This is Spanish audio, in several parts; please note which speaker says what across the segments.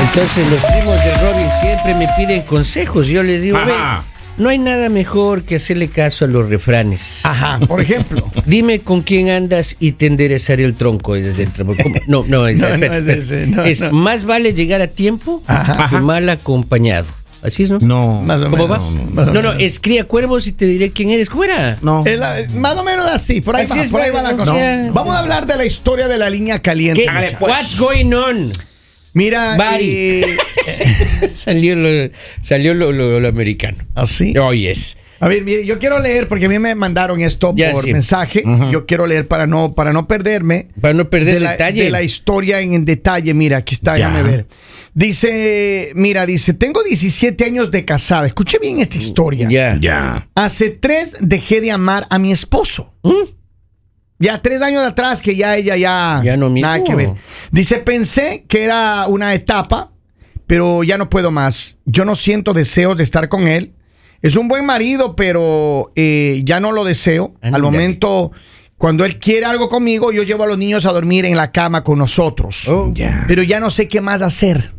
Speaker 1: Entonces los primos de Robin siempre me piden consejos. Yo les digo, "Ve,
Speaker 2: Ajá.
Speaker 1: no hay nada mejor que hacerle caso a los refranes.
Speaker 3: Ajá, por ejemplo.
Speaker 1: Dime con quién andas y te enderezaré el tronco. Ese Es el tronco. ¿Cómo? No, no, es,
Speaker 3: No, no
Speaker 1: espera,
Speaker 3: es
Speaker 1: espera.
Speaker 3: ese, no,
Speaker 1: Es,
Speaker 3: no.
Speaker 1: más vale llegar a tiempo que
Speaker 2: Ajá.
Speaker 1: mal acompañado. Así es, ¿no?
Speaker 2: No.
Speaker 3: Más o
Speaker 1: ¿Cómo
Speaker 3: menos.
Speaker 1: vas?
Speaker 3: Más o
Speaker 1: No, no,
Speaker 3: menos.
Speaker 1: es cría cuervos y te diré quién eres. ¿Cómo era?
Speaker 2: No.
Speaker 3: Es la- más o menos así, por ahí
Speaker 1: Así
Speaker 3: va,
Speaker 1: es,
Speaker 3: por ahí va la
Speaker 1: bueno,
Speaker 3: cosa.
Speaker 1: o sea-
Speaker 3: Vamos a hablar de la historia de la línea caliente.
Speaker 1: ¿Qué?
Speaker 3: muchachos.
Speaker 1: What's going on?
Speaker 3: Mira,
Speaker 1: Bari.
Speaker 3: eh,
Speaker 1: salió lo, salió lo, lo- lo americano.
Speaker 3: así.
Speaker 1: Oh, yes.
Speaker 3: A ver, mire, yo quiero leer porque a mí me mandaron esto
Speaker 1: Ya,
Speaker 3: por
Speaker 1: sí.
Speaker 3: mensaje. Yo quiero leer para no para no perderme.
Speaker 1: Para no perder
Speaker 3: de la,
Speaker 1: detalle.
Speaker 3: de la historia en, en detalle. Mira, aquí está,
Speaker 2: Ya.
Speaker 3: déjame ver. Dice, mira, dice, tengo 17 años de casada. Escuche bien esta historia.
Speaker 1: Mm, Ya.
Speaker 2: Ya.
Speaker 3: Hace tres dejé de amar a mi esposo. Ya tres años atrás que ya ella ya...
Speaker 1: ¿Mm? Ya no
Speaker 3: Nada
Speaker 1: mismo.
Speaker 3: que ver. Dice, pensé que era una etapa, pero ya no puedo más. Yo no siento deseos de estar con él. Es un buen marido, pero eh, ya no lo deseo. Al
Speaker 1: Ándale.
Speaker 3: momento, cuando él quiere algo conmigo, yo llevo a los niños a dormir en la cama con nosotros.
Speaker 1: Oh.
Speaker 2: Ya.
Speaker 3: Pero ya no sé qué más hacer.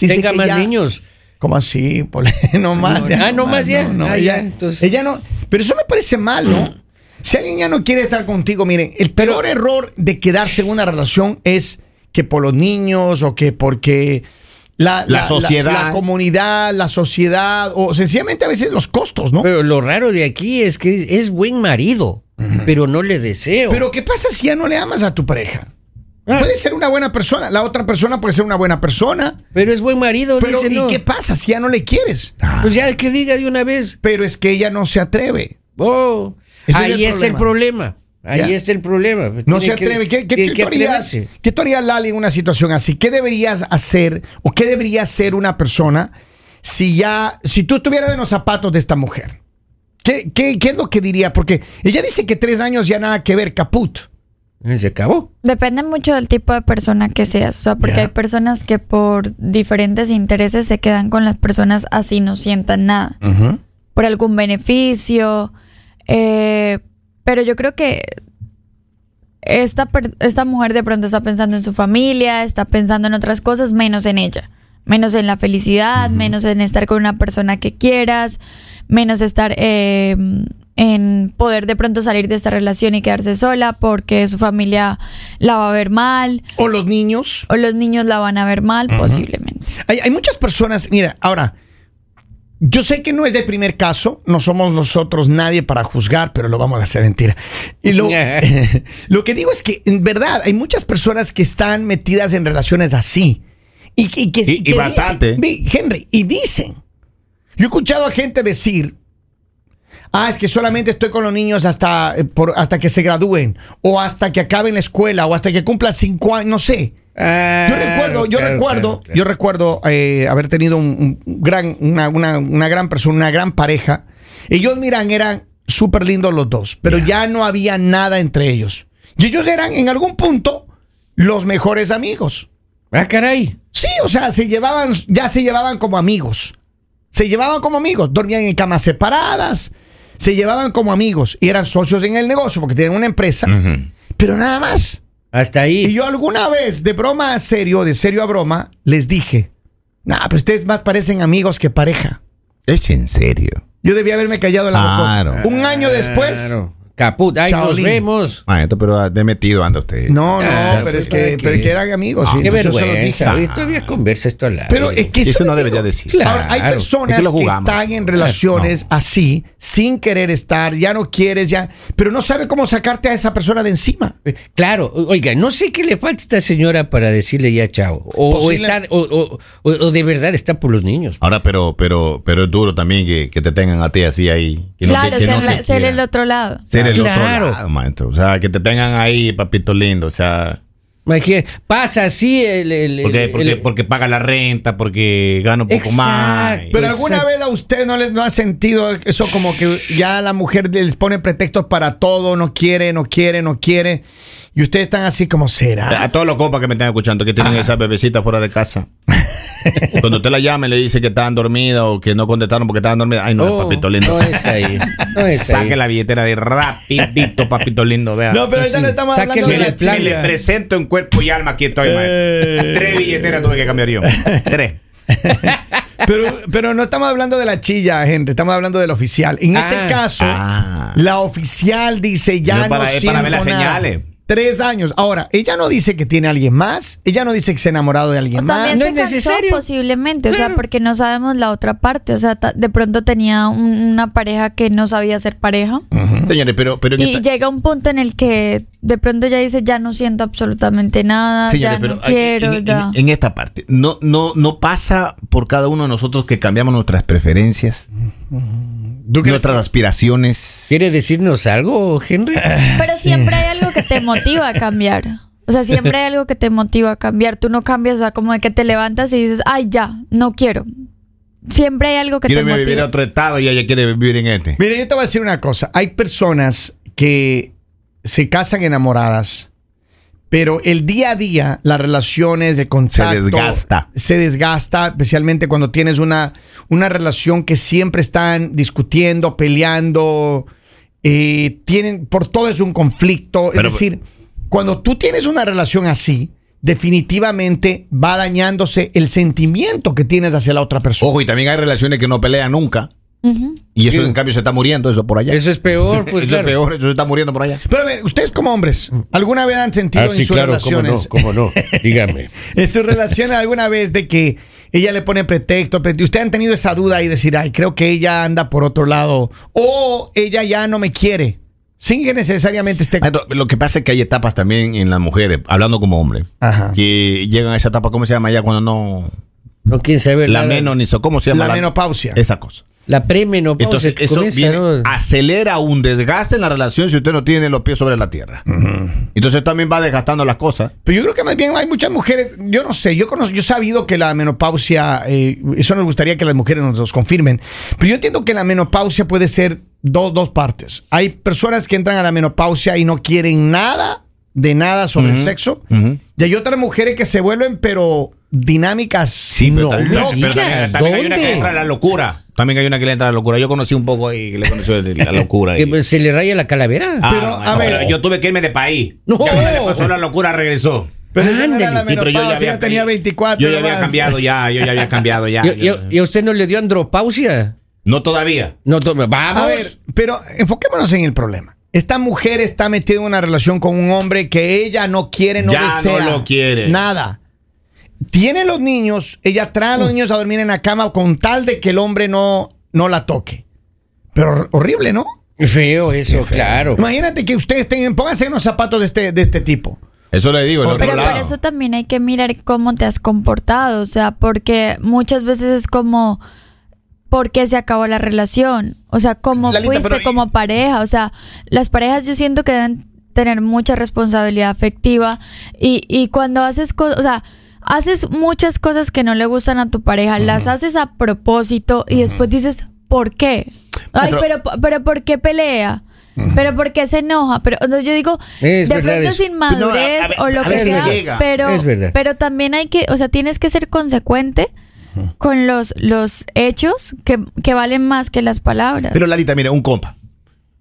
Speaker 3: Dice
Speaker 1: Tenga
Speaker 3: que
Speaker 1: más
Speaker 3: ya-
Speaker 1: niños.
Speaker 3: ¿Cómo así? Pole? No más.
Speaker 1: Ah, no más ya.
Speaker 3: No, no,
Speaker 1: Ah,
Speaker 3: ella,
Speaker 1: ya, entonces.
Speaker 3: ella no. Pero eso me parece mal, ¿no? Si alguien ya no quiere estar contigo, miren, el peor error de quedarse en una relación es que por los niños o que porque la,
Speaker 2: La sociedad.
Speaker 3: la, comunidad, la sociedad o sencillamente a veces los costos, ¿no? Pero,
Speaker 1: Pero lo raro de aquí es que es buen marido, pero no le deseo.
Speaker 3: ¿qué pasa si ya no le amas a tu pareja?
Speaker 1: Ah.
Speaker 3: Puede ser una buena persona, la otra persona puede ser una buena persona,
Speaker 1: Pero es buen marido,
Speaker 3: pero
Speaker 1: dice
Speaker 3: ¿y
Speaker 1: no.
Speaker 3: qué pasa si ya no le quieres?
Speaker 2: Ah.
Speaker 1: Pues ya que diga de una vez.
Speaker 3: Pero es que ella no se atreve.
Speaker 1: Oh,
Speaker 3: Ese es
Speaker 1: ahí
Speaker 3: el
Speaker 1: está el problema. Ahí
Speaker 3: Ya.
Speaker 1: está el problema. Tiene
Speaker 3: No se
Speaker 1: que-
Speaker 3: atreve. ¿Qué, qué-
Speaker 1: tiene
Speaker 3: qué
Speaker 1: que
Speaker 3: tú harías,
Speaker 1: atreverse.
Speaker 3: qué tú harías, Lali, en una situación así? ¿Qué deberías hacer o qué debería hacer una persona si ya, si tú estuvieras en los zapatos de esta mujer? ¿Qué, qué, qué es lo que diría? Porque ella dice que tres años ya nada que ver, caput.
Speaker 1: Eh, Se acabó.
Speaker 4: Depende mucho del tipo de persona que seas, o sea, porque
Speaker 2: Ya.
Speaker 4: hay personas que por diferentes intereses se quedan con las personas así no sientan nada, por algún beneficio, eh, pero yo creo que esta, per- esta mujer de pronto está pensando en su familia, está pensando en otras cosas menos en ella, menos en la felicidad, menos en estar con una persona que quieras, menos estar eh, en poder de pronto salir de esta relación y quedarse sola porque su familia la va a ver mal
Speaker 3: O los niños.
Speaker 4: o los niños la van a ver mal posiblemente.
Speaker 3: Hay, hay muchas personas, mira, ahora, yo sé que no es el primer caso, no somos nosotros nadie para juzgar, pero lo vamos a hacer mentira. Y lo,
Speaker 2: Eh.
Speaker 3: lo que digo es que, en verdad, hay muchas personas que están metidas en relaciones así. Y, que- que,
Speaker 2: Y- y
Speaker 3: que dicen-
Speaker 2: bastante.
Speaker 3: ve, Henry, y dicen. Yo he escuchado a gente decir, Ah, es que solamente estoy con los niños hasta, eh, por- hasta que se gradúen, o hasta que acaben la escuela, o hasta que cumplan cinco años, no sé.
Speaker 1: Ah,
Speaker 3: Yo recuerdo, yo
Speaker 1: claro,
Speaker 3: recuerdo,
Speaker 1: claro, claro.
Speaker 3: yo recuerdo eh, haber tenido un, un gran, una, una- una gran persona, una gran pareja. Ellos, miran, eran súper lindos los dos, pero ya no había nada entre ellos. Y ellos eran, en algún punto, los mejores amigos.
Speaker 1: Ah, caray.
Speaker 3: Sí, o sea, se llevaban, ya se llevaban como amigos. Se llevaban como amigos, dormían en camas separadas, se llevaban como amigos y eran socios en el negocio porque tienen una empresa,
Speaker 2: Ujú.
Speaker 3: pero nada más.
Speaker 1: Hasta ahí.
Speaker 3: Y yo alguna vez, de broma a serio, de serio a broma, les dije, nah, pues ustedes más parecen amigos que pareja.
Speaker 2: Es en serio.
Speaker 3: Yo debía haberme callado la boca.
Speaker 2: Claro.
Speaker 3: Un año después.
Speaker 1: Claro. Caput, ahí nos
Speaker 3: Chaolín.
Speaker 1: vemos.
Speaker 2: Maestro, pero de metido anda usted.
Speaker 3: No, no,
Speaker 1: Ah,
Speaker 3: pero
Speaker 1: sí,
Speaker 3: es que,
Speaker 1: ¿para
Speaker 3: pero
Speaker 1: qué?
Speaker 3: que eran amigos. sí,
Speaker 1: Qué
Speaker 3: entonces se los
Speaker 1: vergüenza.
Speaker 3: dije.
Speaker 1: oye, Todavía conversa esto al lado.
Speaker 3: Pero es que eso,
Speaker 2: Ah, Eso no
Speaker 3: le digo.
Speaker 2: debería decir.
Speaker 1: Claro.
Speaker 3: Ahora, hay
Speaker 2: Es
Speaker 3: personas
Speaker 2: que lo
Speaker 3: que,
Speaker 2: jugamos.
Speaker 3: están en relaciones así, sin querer estar, ya no quieres, ya, pero no sabe cómo sacarte a esa persona de encima.
Speaker 1: Eh, Claro, o- oiga, no sé qué le falta a esta señora para decirle ya chao. O, o
Speaker 3: Posible-
Speaker 1: está, o, o- o- o de verdad está por los niños.
Speaker 2: Ahora, pero, pero, pero es duro también que, que te tengan a ti así ahí. que no te-
Speaker 4: Claro,
Speaker 2: que
Speaker 4: ser,
Speaker 2: no te
Speaker 4: la- ser
Speaker 2: quieran.
Speaker 4: el otro lado.
Speaker 2: Ser el
Speaker 1: Claro.
Speaker 2: otro lado, maestro. O sea, que te tengan ahí, papito lindo. O sea,
Speaker 1: Imagínate, pasa así el. el-
Speaker 2: porque,
Speaker 1: el-
Speaker 2: porque,
Speaker 1: el-
Speaker 2: porque paga la renta, porque gana un poco más.
Speaker 1: Exacto.
Speaker 3: Pero
Speaker 1: Exacto.
Speaker 3: alguna vez a usted no les no ha sentido eso como que ya la mujer les pone pretextos para todo, no quiere, no quiere, no quiere, y ustedes están así como será.
Speaker 2: A todos los compas que me están escuchando que tienen esas bebecitas fuera de casa. Cuando usted la llame, le dice que estaban dormidas o que no contestaron porque estaban dormidas. Ay, no,
Speaker 1: Oh,
Speaker 2: papito lindo.
Speaker 1: no es ahí. No es ahí.
Speaker 2: Saque la billetera de rapidito, papito lindo. Vea.
Speaker 3: No, pero ahorita
Speaker 1: Sí.
Speaker 3: no estamos
Speaker 1: Sáquenle
Speaker 3: hablando de
Speaker 1: del
Speaker 3: la
Speaker 1: plan.
Speaker 2: Si le
Speaker 3: chica.
Speaker 2: presento en cuerpo y alma, aquí estoy,
Speaker 1: Eh.
Speaker 2: maestro. Tres billeteras tuve que cambiar yo. Tres.
Speaker 3: Pero, pero no estamos hablando de la chilla, gente, estamos hablando del oficial. En
Speaker 1: Ah.
Speaker 3: este caso,
Speaker 2: Ah.
Speaker 3: la oficial dice ya
Speaker 2: No
Speaker 3: no,
Speaker 2: para- es para ver
Speaker 3: siento
Speaker 2: las
Speaker 3: nada.
Speaker 2: señales.
Speaker 3: Tres años. Ahora, ella no dice que tiene a alguien más, ella no dice que se ha enamorado de
Speaker 4: O
Speaker 3: alguien
Speaker 4: también
Speaker 3: más.
Speaker 1: no
Speaker 4: se
Speaker 1: es
Speaker 4: cansó
Speaker 1: necesario.
Speaker 4: posiblemente, o sea, porque no sabemos la otra parte. O sea, ta- de pronto tenía un- una pareja que no sabía ser pareja.
Speaker 2: Señores, pero, pero en
Speaker 4: Y
Speaker 2: esta-
Speaker 4: llega un punto en el que de pronto ya dice, ya no siento absolutamente nada,
Speaker 2: Señores,
Speaker 4: ya
Speaker 2: pero
Speaker 4: no
Speaker 2: hay-
Speaker 4: quiero,
Speaker 2: en,
Speaker 4: ya.
Speaker 2: en- en esta parte, no, no, no pasa por cada uno de nosotros que cambiamos nuestras preferencias,
Speaker 1: Mm,
Speaker 2: nuestras aspiraciones.
Speaker 1: ¿Quiere decirnos algo, Henry?
Speaker 4: pero siempre hay algo que te motiva a cambiar. O sea, siempre hay algo que te motiva a cambiar. Tú no cambias, o sea, como de que te levantas y dices, ay, ya, no quiero. Siempre hay algo que
Speaker 2: Quiere
Speaker 4: te motiva.
Speaker 2: vivir a otro estado y ella quiere vivir en este.
Speaker 3: Mire, yo te voy a decir una cosa. Hay personas que se casan enamoradas, pero el día a día, las relaciones de contacto...
Speaker 2: desgasta.
Speaker 3: Se desgasta, especialmente cuando tienes una, una relación que siempre están discutiendo, peleando, eh, tienen... Por todo es un conflicto.
Speaker 2: Pero-
Speaker 3: es decir, cuando tú tienes una relación así, definitivamente va dañándose el sentimiento que tienes hacia la otra persona.
Speaker 2: Ojo, y también hay relaciones que no pelean nunca.
Speaker 4: Ujú.
Speaker 2: Y eso, en cambio, se está muriendo eso por allá.
Speaker 1: Eso es peor, pues
Speaker 2: Eso
Speaker 1: claro.
Speaker 2: es peor, eso se está muriendo por allá.
Speaker 3: Pero a ver, ustedes como hombres, ¿alguna vez han sentido en sus relaciones?
Speaker 1: Ah, cómo no. Dígame.
Speaker 3: En sus relaciones alguna vez de que ella le pone pretexto, pero ustedes han tenido esa duda y decir, ay, creo que ella anda por otro lado, o ella ya no me quiere, sin que necesariamente este esté...
Speaker 2: Ah, entonces, Lo que pasa es que hay etapas también en las mujeres, hablando como hombre,
Speaker 3: Ajá.
Speaker 2: que llegan a esa etapa, ¿cómo se llama ya cuando no...
Speaker 1: No, quién sabe.
Speaker 2: La
Speaker 1: nada.
Speaker 2: menonizo, ¿cómo se llama?
Speaker 3: La menopausia.
Speaker 2: Esa cosa.
Speaker 1: La premenopausia
Speaker 2: Entonces,
Speaker 1: que
Speaker 2: eso
Speaker 1: comienza,
Speaker 2: viene-
Speaker 1: ¿no?
Speaker 2: acelera un desgaste en la relación si usted no tiene los pies sobre la tierra. Entonces también va desgastando las cosas.
Speaker 3: Pero yo creo que más bien hay muchas mujeres, yo no sé, yo conozco, yo he sabido que la menopausia, eh, eso nos gustaría que las mujeres nos los confirmen, pero yo entiendo que la menopausia puede ser dos, dos partes. Hay personas que entran a la menopausia y no quieren nada, de nada sobre el sexo,
Speaker 2: Ujú.
Speaker 3: y hay otras mujeres que se vuelven, pero dinámicas.
Speaker 1: No,
Speaker 2: también,
Speaker 1: no,
Speaker 2: pero también- también hay una que
Speaker 1: ¿dónde?
Speaker 2: le entra a la locura. También hay una que le entra a la locura. Yo conocí un poco ahí que le conoció de la locura.
Speaker 1: Que pues, se le raya la calavera.
Speaker 2: Ah,
Speaker 3: Pero,
Speaker 2: no,
Speaker 3: a
Speaker 2: no,
Speaker 3: ver-
Speaker 2: pero yo tuve que irme de país.
Speaker 1: No.
Speaker 2: Ya cuando le pasó la locura, regresó.
Speaker 3: Pero esa no era la
Speaker 1: Ándale.
Speaker 2: Sí, pero yo ya
Speaker 3: menopausia,
Speaker 2: había,
Speaker 3: ya tenía 24.
Speaker 2: Yo ya había
Speaker 3: nomás.
Speaker 2: cambiado ya, yo ya había cambiado ya.
Speaker 1: ¿Y,
Speaker 2: Yo-
Speaker 1: y- y a usted no le dio andropausia?
Speaker 2: no todavía.
Speaker 1: No, tome- vamos.
Speaker 3: A ver, pero enfoquémonos en el problema. Esta mujer está metida en una relación con un hombre que ella no quiere, no
Speaker 2: Ya no
Speaker 3: desea.
Speaker 2: lo quiere.
Speaker 3: Nada. Tiene los niños, ella trae a los niños a dormir en la cama con tal de que el hombre no, no la toque. Pero horrible, ¿no?
Speaker 1: Feo eso, claro.
Speaker 3: Imagínate que ustedes tengan, pónganse en los zapatos de este, de este tipo.
Speaker 2: Eso le digo, el otro
Speaker 4: Oh, Pero por
Speaker 2: lado.
Speaker 4: eso también hay que mirar cómo te has comportado, o sea, porque muchas veces es como por qué se acabó la relación, o sea, cómo
Speaker 2: Lalita,
Speaker 4: fuiste
Speaker 2: pero-
Speaker 4: como pareja, o sea, las parejas yo siento que deben tener mucha responsabilidad afectiva y, y cuando haces cosas, o sea, haces muchas cosas que no le gustan a tu pareja, las haces a propósito y después dices, ¿por qué? Ay,
Speaker 2: Pero-
Speaker 4: pero, pero ¿por qué pelea? ¿Pero por qué se enoja? Pero entonces yo digo,
Speaker 1: Es
Speaker 4: de
Speaker 1: verdad
Speaker 4: pronto
Speaker 1: eso.
Speaker 4: sin madurez
Speaker 2: No, a- a-
Speaker 4: o lo
Speaker 2: a
Speaker 4: que
Speaker 1: veces
Speaker 4: sea,
Speaker 2: llega.
Speaker 4: pero
Speaker 1: Es verdad.
Speaker 4: pero también hay que, o sea, tienes que ser consecuente con los los hechos que, que valen más que las palabras.
Speaker 2: Pero Lalita, mira, un compa.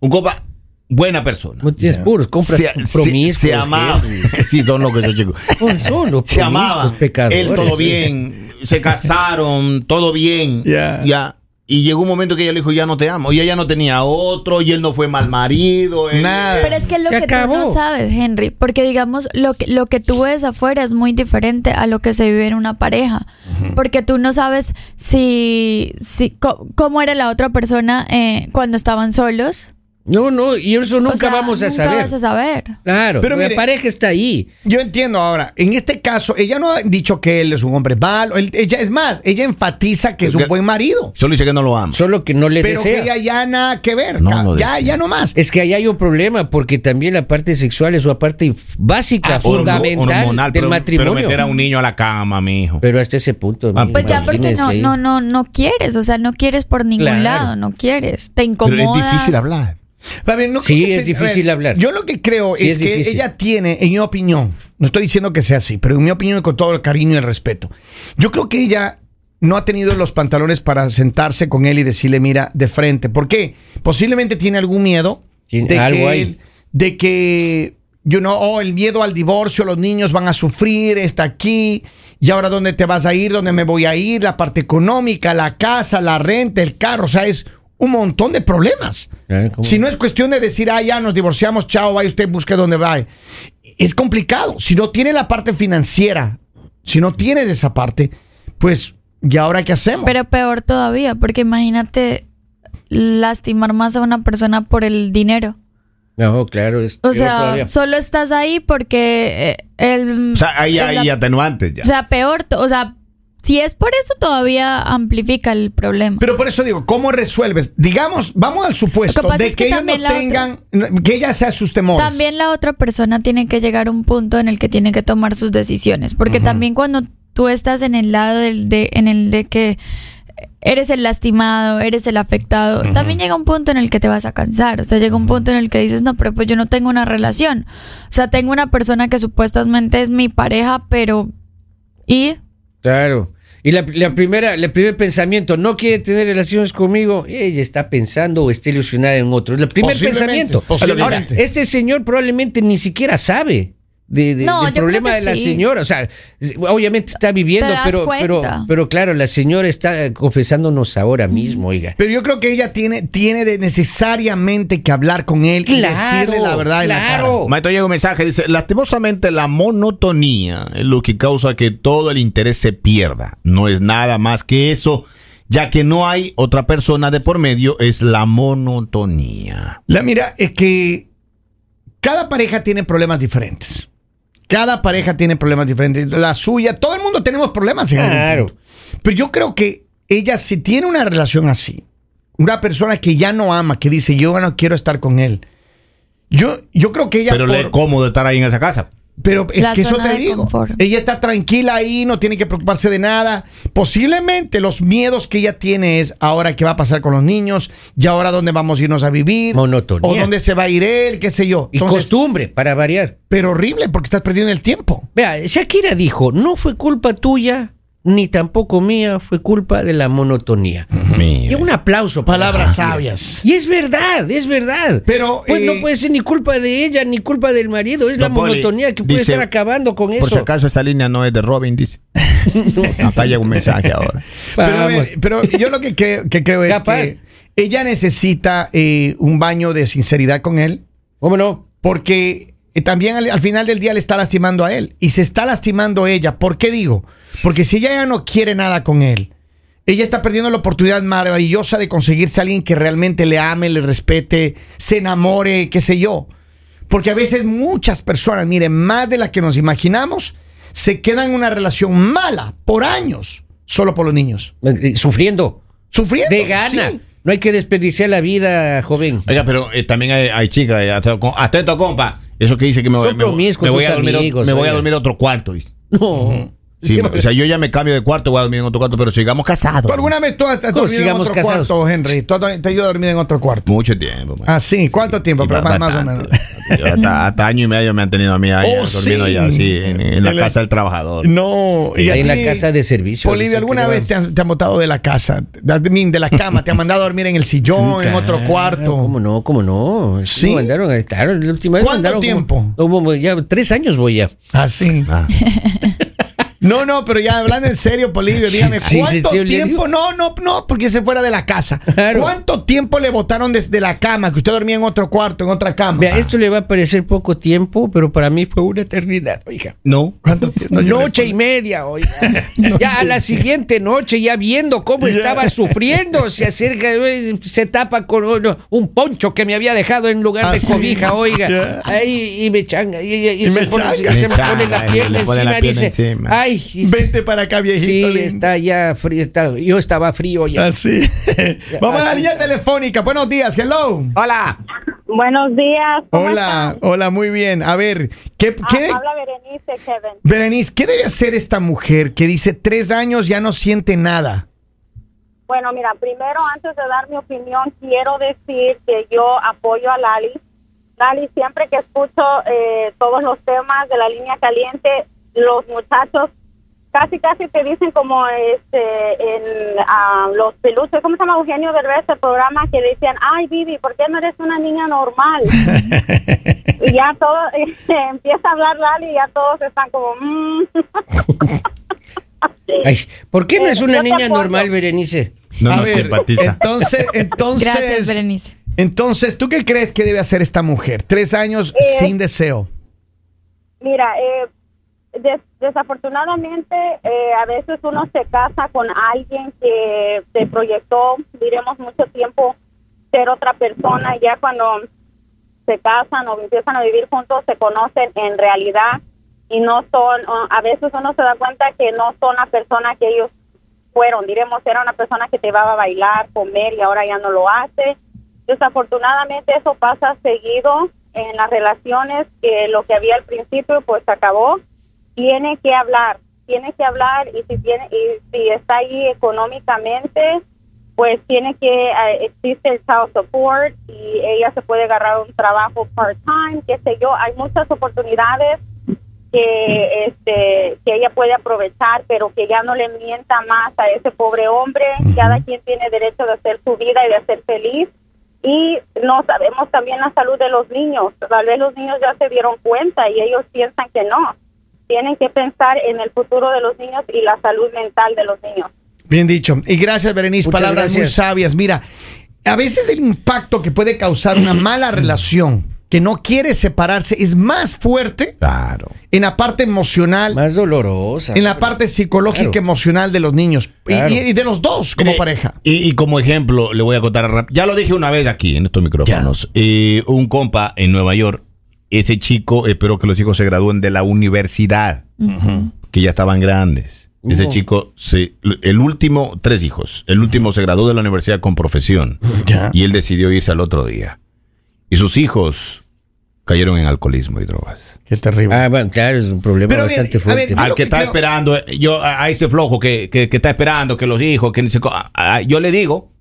Speaker 2: Un compa, buena persona.
Speaker 1: No tienes puros, compras
Speaker 2: se,
Speaker 1: promiscuos.
Speaker 2: se, se amaba. sí, son los que son chicos.
Speaker 1: Son solo
Speaker 2: Se amaba.
Speaker 1: pecadores.
Speaker 2: Él todo bien. Se casaron, todo bien.
Speaker 3: Ya.
Speaker 2: Ya. Y llegó un momento que ella le dijo, ya no te amo. Y ella no tenía otro, y él no fue mal marido. él-
Speaker 3: Nada.
Speaker 4: Pero es que es lo
Speaker 1: Se
Speaker 4: que tú no
Speaker 1: acabó.
Speaker 4: sabes, Henry, porque digamos, lo que, lo que tú ves afuera es muy diferente a lo que se vive en una pareja, porque tú no sabes si, si co- cómo era la otra persona eh, cuando estaban solos.
Speaker 1: No, no, y eso
Speaker 4: O
Speaker 1: nunca
Speaker 4: sea,
Speaker 1: vamos a
Speaker 4: nunca
Speaker 1: saber.
Speaker 4: vas a saber.
Speaker 1: Claro,
Speaker 3: Pero
Speaker 1: pero la
Speaker 3: mire-
Speaker 1: pareja está ahí.
Speaker 3: Yo entiendo ahora, en este caso, ella no ha dicho que él es un hombre malo, él- ella es más, ella enfatiza que es un
Speaker 2: Que-
Speaker 3: buen marido.
Speaker 2: Solo dice que no lo ama.
Speaker 1: Solo que no le
Speaker 3: Pero
Speaker 1: desea.
Speaker 3: que ella ya nada que ver,
Speaker 2: No
Speaker 3: ca-
Speaker 2: lo
Speaker 3: ya,
Speaker 2: desea.
Speaker 3: ya no más.
Speaker 1: Es que ahí hay un problema, porque también la parte sexual es una parte f- básica,
Speaker 2: Ah, Hormo-
Speaker 1: fundamental
Speaker 2: hormonal,
Speaker 1: del
Speaker 2: pero-
Speaker 1: matrimonio.
Speaker 2: Pero meter a un niño a la cama, mi hijo.
Speaker 1: Pero hasta ese punto.
Speaker 2: Ah,
Speaker 1: mire,
Speaker 4: Pues ya porque no,
Speaker 1: imagínese.
Speaker 4: no, no, no quieres, o sea, no quieres por ningún
Speaker 1: Claro.
Speaker 4: lado, no quieres, te incomodas.
Speaker 2: Pero es difícil hablar.
Speaker 3: A ver, no
Speaker 1: Sí,
Speaker 3: creo que
Speaker 1: es
Speaker 3: sea- a
Speaker 1: difícil hablar.
Speaker 3: Yo lo que creo
Speaker 1: Sí,
Speaker 3: es,
Speaker 1: es
Speaker 3: que
Speaker 1: difícil.
Speaker 3: ella tiene, en mi opinión, no estoy diciendo que sea así, pero en mi opinión, y con todo el cariño y el respeto, yo creo que ella no ha tenido los pantalones para sentarse con él y decirle, mira, de frente. ¿Por qué? Posiblemente tiene algún miedo
Speaker 1: Tiene
Speaker 3: de,
Speaker 1: algo
Speaker 3: que,
Speaker 1: ahí.
Speaker 3: él- de que, you know, oh, el miedo al divorcio, los niños van a sufrir, está aquí. Y ahora, ¿dónde te vas a ir? ¿Dónde me voy a ir? La parte económica, la casa, la renta, el carro. O sea, es un montón de problemas.
Speaker 1: Claro, Ah, ¿cómo?
Speaker 3: Si no es cuestión de decir, ah, ya nos divorciamos, chao, vaya usted, busque donde va. Es complicado. Si no tiene la parte financiera, si no tiene de esa parte, pues, ¿y ahora qué hacemos?
Speaker 4: Pero peor todavía, porque imagínate lastimar más a una persona por el dinero.
Speaker 1: No, claro. Es
Speaker 4: O
Speaker 1: peor
Speaker 4: sea,
Speaker 1: todavía.
Speaker 4: solo estás ahí porque eh, el...
Speaker 2: O sea, hay,
Speaker 4: es la-
Speaker 2: hay atenuantes ya.
Speaker 4: O sea, peor, to- o sea, si es por eso todavía amplifica el problema.
Speaker 3: Pero por eso digo, ¿cómo resuelves? Digamos, vamos al supuesto
Speaker 4: Lo que pasa
Speaker 3: de
Speaker 4: es
Speaker 3: que,
Speaker 4: que
Speaker 3: ellos
Speaker 4: también
Speaker 3: no
Speaker 4: la otra-
Speaker 3: tengan, que ella sea sus temores.
Speaker 4: También la otra persona tiene que llegar a un punto en el que tiene que tomar sus decisiones, porque también cuando tú estás en el lado del de, en el de que eres el lastimado, eres el afectado, también llega un punto en el que te vas a cansar, o sea, llega un punto en el que dices, no, pero pues yo no tengo una relación, o sea, tengo una persona que supuestamente es mi pareja, pero... ¿Y?
Speaker 1: Claro. Y la, la primera, el primer pensamiento, no quiere tener relaciones conmigo, ella está pensando o está ilusionada en otro. El primer
Speaker 3: Posiblemente,
Speaker 1: pensamiento.
Speaker 3: posiblemente.
Speaker 1: Ahora, este señor probablemente ni siquiera sabe de, de-
Speaker 4: No,
Speaker 1: del
Speaker 4: yo creo
Speaker 1: problema
Speaker 4: que
Speaker 1: de la
Speaker 4: sí.
Speaker 1: señora. O sea, obviamente está viviendo,
Speaker 4: Te das
Speaker 1: pero, pero,
Speaker 4: cuenta.
Speaker 1: pero claro, la señora está eh, confesándonos ahora mismo, oiga.
Speaker 3: Pero yo creo que ella tiene, tiene de necesariamente que hablar con él
Speaker 1: Claro,
Speaker 3: y decirle la verdad en la cara.
Speaker 1: claro.
Speaker 2: Maestro, llega un mensaje, dice, lastimosamente la monotonía es lo que causa que todo el interés se pierda. No es nada más que eso, ya que no hay otra persona de por medio, es la monotonía.
Speaker 3: La mira es que cada pareja tiene problemas diferentes. Cada pareja tiene problemas diferentes. La suya, todo el mundo tenemos problemas. en algún
Speaker 1: Claro.
Speaker 3: punto. Pero yo creo que ella si tiene una relación así, una persona que ya no ama, que dice yo no quiero estar con él. Yo, yo creo que ella
Speaker 2: Pero le es
Speaker 3: por-
Speaker 2: cómodo estar ahí en esa casa.
Speaker 3: pero es
Speaker 4: La
Speaker 3: que eso te
Speaker 4: zona de
Speaker 3: digo.
Speaker 4: confort.
Speaker 3: Ella está tranquila ahí, no tiene que preocuparse de nada. Posiblemente los miedos que ella tiene es ahora qué va a pasar con los niños, y ahora dónde vamos a irnos a vivir.
Speaker 1: Monotonía.
Speaker 3: O dónde se va a ir él, qué sé yo.
Speaker 1: Y
Speaker 3: Entonces,
Speaker 1: costumbre, para variar.
Speaker 3: pero horrible porque estás perdiendo el tiempo.
Speaker 1: Vea, Shakira dijo, no fue culpa tuya, ni tampoco mía, fue culpa de la monotonía. Y
Speaker 2: Mire.
Speaker 1: un aplauso. para
Speaker 3: Palabras
Speaker 1: Shakira.
Speaker 3: sabias.
Speaker 1: Y es verdad, es verdad.
Speaker 3: Pero,
Speaker 1: pues
Speaker 3: eh,
Speaker 1: no puede ser ni culpa de ella, ni culpa del marido. Es la
Speaker 2: Don Poli,
Speaker 1: monotonía que puede
Speaker 2: dice,
Speaker 1: estar acabando con eso.
Speaker 2: Por si acaso esa línea no es de Robin, dice. Acá llega un mensaje ahora.
Speaker 3: Pero, a
Speaker 1: Vamos.
Speaker 3: ver, pero yo lo que creo, que creo es
Speaker 1: Ah, Capaz.
Speaker 3: que ella necesita eh, un baño de sinceridad con él
Speaker 1: ¿Cómo no?
Speaker 3: porque eh, también al, al final del día le está lastimando a él y se está lastimando ella. ¿Por qué digo? Porque si ella ya no quiere nada con él, ella está perdiendo la oportunidad maravillosa de conseguirse a alguien que realmente le ame, le respete, se enamore, qué sé yo. Porque a veces muchas personas, miren, más de las que nos imaginamos, se quedan en una relación mala por años, solo por los niños.
Speaker 1: Eh, Sufriendo.
Speaker 3: Sufriendo.
Speaker 1: De gana.
Speaker 3: sí.
Speaker 1: No hay que desperdiciar la vida, joven.
Speaker 2: Oiga, pero eh, también hay, hay chicas, eh, atento, com- atento, compa. Eso que dice que me voy,
Speaker 1: Son
Speaker 2: me voy-
Speaker 1: promiscuos
Speaker 2: me voy a
Speaker 1: sus
Speaker 2: dormir,
Speaker 1: amigos,
Speaker 2: me voy a
Speaker 1: oiga.
Speaker 2: dormir a otro cuarto. dice.
Speaker 1: No.
Speaker 2: Sí,
Speaker 1: Sí,
Speaker 2: o sea, yo ya me cambio de cuarto, voy a dormir en otro cuarto, pero sigamos casados.
Speaker 3: ¿Tú alguna vez tú has, has
Speaker 1: ¿Cómo
Speaker 3: dormido en
Speaker 1: sigamos
Speaker 3: otro
Speaker 1: casados?
Speaker 3: cuarto, Henry? ¿Tú has te has ido a dormir en otro cuarto?
Speaker 2: Mucho tiempo. man.
Speaker 3: Ah, sí. ¿Cuánto tiempo?
Speaker 2: Y
Speaker 3: Pero
Speaker 2: ba-
Speaker 3: más, más o
Speaker 2: bastante,
Speaker 3: menos.
Speaker 2: bastante. Hasta, hasta año y medio me han tenido a mí ahí,
Speaker 3: Oh,
Speaker 2: durmiendo
Speaker 3: sí.
Speaker 2: allá, sí, en, en la
Speaker 3: En la-
Speaker 2: casa del trabajador.
Speaker 3: No.
Speaker 1: Ahí
Speaker 3: a
Speaker 1: en
Speaker 3: ti,
Speaker 1: la casa de servicio.
Speaker 3: Bolivia,
Speaker 1: dicen
Speaker 3: ¿alguna
Speaker 1: que
Speaker 3: vez
Speaker 1: van.
Speaker 3: te han, te han botado de la casa? De, I mean, de la cama, te han mandado a dormir en el sillón, en
Speaker 1: Claro,
Speaker 3: otro cuarto.
Speaker 1: Ah, ¿Cómo no? ¿Cómo no?
Speaker 3: ¿Sí?
Speaker 1: Lo mandaron a- claro, la última vez
Speaker 3: ¿Cuánto
Speaker 1: mandaron como-
Speaker 3: tiempo?
Speaker 1: como ya tres años voy ya.
Speaker 3: Así.
Speaker 2: Ah.
Speaker 3: No, no, pero ya hablando en serio, Polivio, dígame,
Speaker 1: Sí,
Speaker 3: ¿cuánto
Speaker 1: sí, sí, le
Speaker 3: tiempo?
Speaker 1: digo.
Speaker 3: No, no, no, porque se fuera de la casa.
Speaker 1: Claro.
Speaker 3: ¿Cuánto tiempo le botaron desde la cama? Que usted dormía en otro cuarto, en otra cama.
Speaker 1: Vea, esto le va a parecer poco tiempo, pero para mí fue una eternidad, oiga.
Speaker 2: No.
Speaker 3: ¿Cuánto tiempo? Yo le-
Speaker 1: noche y media, oiga. ya a la siguiente noche, ya viendo cómo estaba sufriendo, se acerca, eh, se tapa con un, un poncho que me había dejado en lugar
Speaker 3: Ah,
Speaker 1: de
Speaker 3: sí.
Speaker 1: cobija, oiga.
Speaker 3: Ya.
Speaker 1: Ahí, y me changa, y, y- y
Speaker 3: Y
Speaker 1: se,
Speaker 3: me
Speaker 1: pone,
Speaker 3: changa.
Speaker 1: se me
Speaker 2: Me
Speaker 1: pone
Speaker 2: changa,
Speaker 1: la
Speaker 2: y
Speaker 1: pierna
Speaker 2: le pone
Speaker 1: encima,
Speaker 2: la pierna
Speaker 1: dice,
Speaker 2: encima.
Speaker 1: ay, y-
Speaker 3: Vente para acá, viejito.
Speaker 1: sí,
Speaker 3: lindo. Ah,
Speaker 1: está ya frío, está- yo estaba frío ya.
Speaker 3: Así. Vamos a la
Speaker 1: Así.
Speaker 3: línea telefónica. Buenos días, hello.
Speaker 1: Hola.
Speaker 5: Buenos días. ¿cómo
Speaker 3: Hola,
Speaker 5: están?
Speaker 3: hola, muy bien. A ver, ¿qué,
Speaker 5: Ah,
Speaker 3: qué,
Speaker 5: habla Berenice, Kevin.
Speaker 3: Berenice, ¿qué debe hacer esta mujer que dice tres años ya no siente nada?
Speaker 5: Bueno, mira, primero, antes de dar mi opinión, quiero decir que yo apoyo a Lali. Lali, siempre que escucho eh, todos los temas de la línea caliente, los muchachos casi, casi te dicen como este, en ah, los peluches, ¿cómo se llama Eugenio Derbez, el programa que decían, ay, Vivi, ¿por qué no eres una niña normal? y ya todo, empieza a hablar Lali y ya todos están como, "Mm".
Speaker 1: Ay, ¿Por qué no es una
Speaker 5: Yo
Speaker 1: niña
Speaker 5: tampoco.
Speaker 1: normal, Berenice?
Speaker 2: No
Speaker 3: a
Speaker 2: nos
Speaker 3: ver,
Speaker 2: simpatiza.
Speaker 3: entonces, entonces.
Speaker 4: Gracias, Berenice.
Speaker 3: Entonces, ¿tú qué crees que debe hacer esta mujer? Tres años
Speaker 5: Eh,
Speaker 3: sin deseo.
Speaker 5: Mira, eh, des- desafortunadamente eh, a veces uno se casa con alguien que se proyectó, diremos, mucho tiempo ser otra persona y ya cuando se casan o empiezan a vivir juntos se conocen en realidad y no son, o a veces uno se da cuenta que no son la persona que ellos fueron, diremos, era una persona que te iba a bailar, comer y ahora ya no lo hace. Desafortunadamente eso pasa seguido en las relaciones, que lo que había al principio pues se acabó. Tiene que hablar, tiene que hablar y si, tiene, y si está ahí económicamente, pues tiene que, eh, existe el child support y ella se puede agarrar un trabajo part-time, qué sé yo, hay muchas oportunidades que este que ella puede aprovechar, pero que ya no le mienta más a ese pobre hombre. Cada quien tiene derecho de hacer su vida y de ser feliz. Y no sabemos también la salud de los niños. Tal vez los niños ya se dieron cuenta y ellos piensan que no. Tienen que pensar en el futuro de los niños y la salud mental de los niños.
Speaker 3: Bien dicho. Y gracias, Berenice.
Speaker 1: Muchas
Speaker 3: palabras muy
Speaker 1: gracias.
Speaker 3: sabias. Mira, a veces el impacto que puede causar una mala relación que no quiere separarse es más fuerte
Speaker 2: Claro.
Speaker 3: en la parte emocional,
Speaker 1: Más dolorosa.
Speaker 3: en la parte psicológica
Speaker 1: Claro.
Speaker 3: emocional de los niños Y-
Speaker 1: Claro.
Speaker 3: y, y de los dos como
Speaker 2: Mire,
Speaker 3: pareja.
Speaker 2: Y, y como ejemplo, le voy a contar rap- Ya lo dije una vez aquí en estos micrófonos. Eh, un compa en Nueva York, ese chico, espero que los hijos se gradúen de la universidad, que ya estaban grandes.
Speaker 3: Uh.
Speaker 2: Ese
Speaker 1: Ujú.
Speaker 2: chico, se, el último, tres hijos. El último se graduó de la universidad con profesión. Y él decidió irse al otro día. Y sus hijos cayeron en alcoholismo y drogas.
Speaker 3: Qué terrible.
Speaker 1: Ah, bueno, claro, es un problema
Speaker 3: Pero, a ver,
Speaker 1: bastante
Speaker 3: a ver,
Speaker 1: fuerte.
Speaker 3: Yo
Speaker 2: Al
Speaker 3: lo
Speaker 2: que
Speaker 3: que
Speaker 2: está
Speaker 3: creo-
Speaker 2: esperando, eh, yo a, a ese flojo que, que- que está esperando, que los hijos, que ni se co- a- a- yo le digo,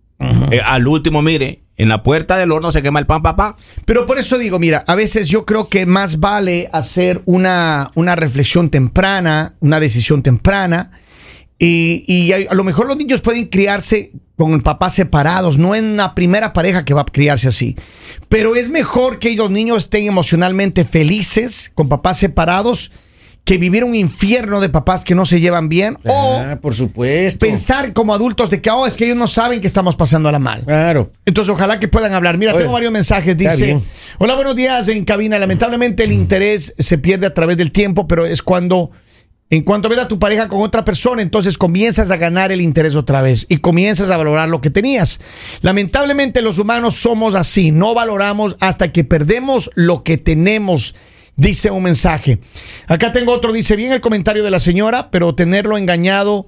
Speaker 2: eh, al último, mire, en la puerta del horno se quema el pan, papá.
Speaker 3: Ah, Pero por eso digo, mira, a veces yo creo que más vale hacer una, una reflexión temprana, una decisión temprana. Y, y hay- a lo mejor los niños pueden criarse con papás separados, no en la primera pareja que va a criarse así. Pero es mejor que los niños estén emocionalmente felices con papás separados que vivir un infierno de papás que no se llevan bien
Speaker 1: ah,
Speaker 3: o
Speaker 1: por supuesto.
Speaker 3: pensar como adultos de que, oh, es que ellos no saben que estamos pasándola mal.
Speaker 1: Claro.
Speaker 3: Entonces, ojalá que puedan hablar. Mira,
Speaker 1: Oye,
Speaker 3: tengo varios mensajes.
Speaker 1: está
Speaker 3: Dice:
Speaker 1: bien.
Speaker 3: Hola, buenos días en cabina. Lamentablemente, el interés se pierde a través del tiempo, pero es cuando. En cuanto ves a tu pareja con otra persona, entonces comienzas a ganar el interés otra vez y comienzas a valorar lo que tenías. Lamentablemente los humanos somos así, no valoramos hasta que perdemos lo que tenemos, dice un mensaje. Acá tengo otro, dice bien el comentario de la señora, pero tenerlo engañado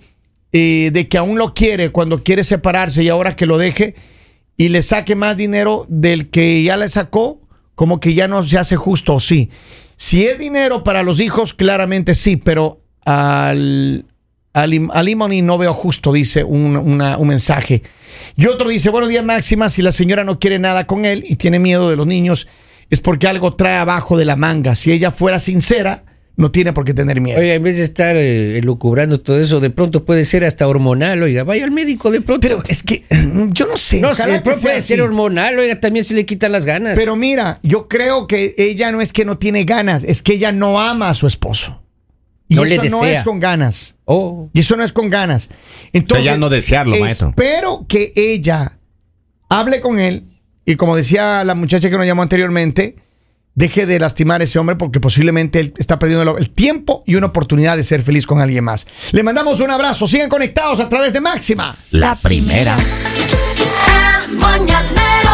Speaker 3: eh, de que aún lo quiere cuando quiere separarse y ahora que lo deje y le saque más dinero del que ya le sacó, como que ya no se hace justo, sí. Si es dinero para los hijos, claramente sí, pero al, al, im- al Imoni no veo justo, dice un, una- un mensaje. Y otro dice, buenos días Máxima, si la señora no quiere nada con él y tiene miedo de los niños, es porque algo trae abajo de la manga. Si ella fuera sincera, no tiene por qué tener miedo.
Speaker 1: Oye, en vez de estar eh, elucubrando todo eso, de pronto puede ser hasta hormonal, oiga, vaya al médico de pronto.
Speaker 3: Pero es que yo no sé.
Speaker 1: no sé,
Speaker 3: ojalá
Speaker 1: de
Speaker 3: que
Speaker 1: pronto
Speaker 3: sea
Speaker 1: puede ser
Speaker 3: así.
Speaker 1: hormonal, oiga, también se le quitan las ganas.
Speaker 3: Pero mira, yo creo que ella no es que no tiene ganas, es que ella no ama a su esposo. Y
Speaker 1: No
Speaker 3: eso
Speaker 1: le
Speaker 3: no
Speaker 1: desea.
Speaker 3: es con ganas.
Speaker 1: oh,
Speaker 3: Y eso no es con ganas. Entonces,
Speaker 2: ya no desearlo, maestro.
Speaker 3: Espero que ella hable con él y como decía la muchacha que nos llamó anteriormente, deje de lastimar a ese hombre porque posiblemente él está perdiendo lo- el tiempo y una oportunidad de ser feliz con alguien más. Le mandamos un abrazo. Sigan conectados a través de Máxima.
Speaker 4: La primera.
Speaker 6: El mañanero